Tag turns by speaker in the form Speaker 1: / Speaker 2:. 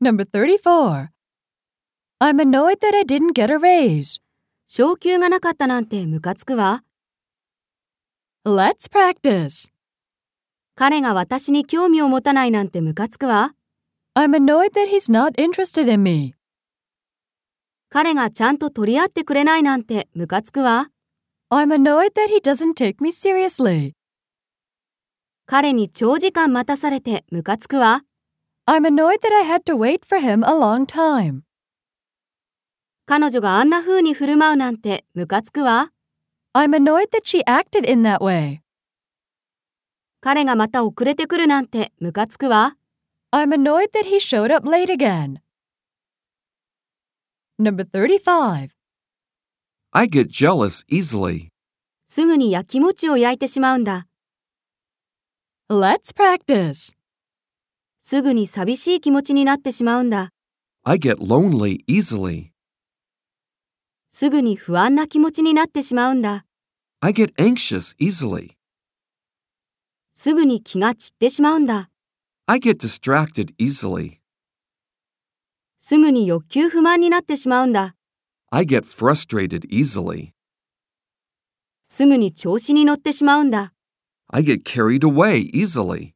Speaker 1: Number 34. I'm annoyed that I didn't get a raise.
Speaker 2: 昇給がなかったなんてムカつくわ。
Speaker 1: Let's practice.
Speaker 2: 彼が私に興味を持たないなんてムカつくわ。
Speaker 1: I'm annoyed that he's not interested in me.
Speaker 2: 彼がちゃんと取り合ってくれないなんてムカつくわ。
Speaker 1: I'm annoyed that he doesn't take me seriously.
Speaker 2: 彼に長時間待たされてムカつくわ。
Speaker 1: I'm annoyed that I had to wait for him a long time.
Speaker 2: 彼女があんな風に振る舞うなんてムカつくわ。
Speaker 1: I'm annoyed that she acted in that way.
Speaker 2: 彼がまた遅れてくるなんてムカつくわ。
Speaker 1: I'm annoyed that he showed up late again. Number 35.
Speaker 3: I get jealous easily.
Speaker 2: すぐに焼き餅を焼いてしまうんだ。
Speaker 1: Let's practice.
Speaker 2: すぐに寂しい気持ちになってしまうんだ。
Speaker 3: I get lonely easily.
Speaker 2: すぐに不安な気持ちになってしまうんだ。
Speaker 3: I get anxious easily.
Speaker 2: すぐに気が散ってしまうんだ。
Speaker 3: I get distracted easily.
Speaker 2: すぐに欲求不満になってしまうんだ。
Speaker 3: I get frustrated easily.
Speaker 2: すぐに調子に乗ってしまうんだ。
Speaker 3: I get carried away easily.